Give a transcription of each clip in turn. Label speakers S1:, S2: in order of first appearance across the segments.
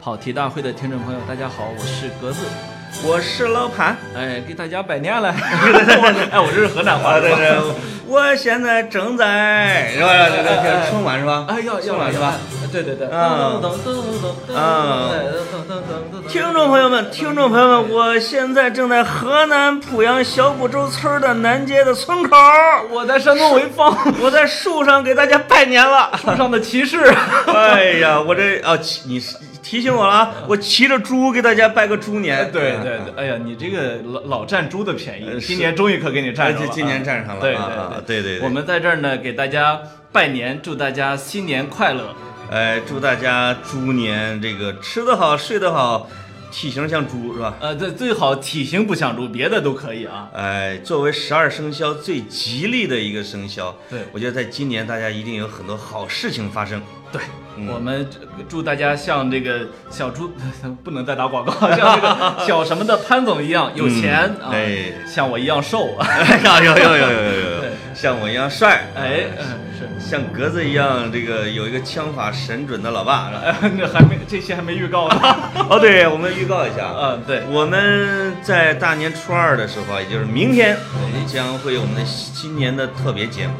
S1: 跑题大会的听众朋友，大家好，我是格子，
S2: 我是老潘。
S1: 哎，给大家拜年 了！哎，我这是河南话，
S2: 啊，对
S1: 是
S2: 对
S1: 吧，
S2: 我现在正在是吧？对对对，春晚是吧？
S1: 哎，要
S2: 春
S1: 要
S2: 晚是吧？？
S1: 对对对，
S2: 嗯
S1: 噔噔噔噔噔
S2: 嗯
S1: 噔噔噔噔噔噔，
S2: 听众朋友们，听众朋友们，我现在正在河南濮阳小鼓洲村的南街的村口，
S1: 我在山东潍坊，
S2: 我在树上给大家拜年了。
S1: 树上的骑士。
S2: 哎呀，我这啊，骑你是提醒我了啊，我骑着猪给大家拜个猪年。
S1: 对对对，哎呀，你这个老老占猪的便宜，
S2: 呃是
S1: 今年终于可给你占上了
S2: 呃
S1: 啊。
S2: 今今年占上了
S1: 对
S2: 啊啊
S1: 对
S2: 对对对
S1: 我们在这儿呢，给大家拜年，祝大家新年快乐。
S2: 哎，祝大家猪年这个吃得好，睡得好，体型像猪是吧？
S1: 呃，对，最好体型不像猪，别的都可以啊。
S2: 哎，作为十二生肖最吉利的一个生肖，
S1: 对
S2: 我觉得在今年大家一定有很多好事情发生。
S1: 对，
S2: 嗯
S1: 我们祝大家像这个小猪， 不能再打 广告，像这个小什么的潘总一样有钱、
S2: 嗯
S1: 啊，
S2: 哎
S1: 像我一样瘦，啊
S2: 哎呀，有有有有有 有
S1: 对，
S2: 像我一样帅，
S1: 哎，嗯是。
S2: 像格子一样这个有一个枪法神准的老 爸。是吧
S1: 哎，那还没这期还没预告 呢。
S2: 哦，对，我们预告一下啊，
S1: 嗯，对，
S2: 我们在大年初二的时候啊，也就是明天，我们将会有我们的新年的特别节目，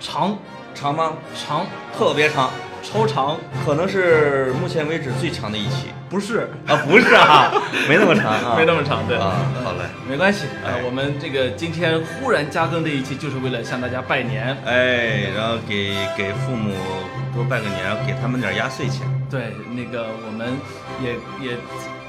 S1: 长
S2: 长吗？
S1: 长
S2: 特别长，
S1: 超长
S2: 可能是目前为止最长的一期
S1: 不是，
S2: 啊，不是啊，没那么长啊，
S1: 没那么长，对。
S2: 啊，好嘞。
S1: 没关系，呃
S2: 哎，
S1: 我们这个今天忽然加更这一期，就是为了向大家拜年。
S2: 哎，然后给给父母多拜个年，然后给他们点压岁钱。
S1: 对，那个我们也也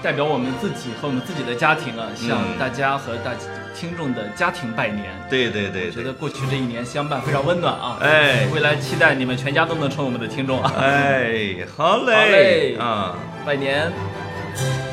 S1: 代表我们自己和我们自己的家庭啊，向
S2: 嗯
S1: 大家和大听众的家庭拜年。
S2: 对对对
S1: 觉
S2: 对，
S1: 得过去这一年相伴非常温暖啊！
S2: 哎
S1: 未来期待你们全家都能成我们的听众啊！
S2: 哎，好嘞，
S1: 好嘞
S2: 啊。
S1: 拜年。
S2: 拜年。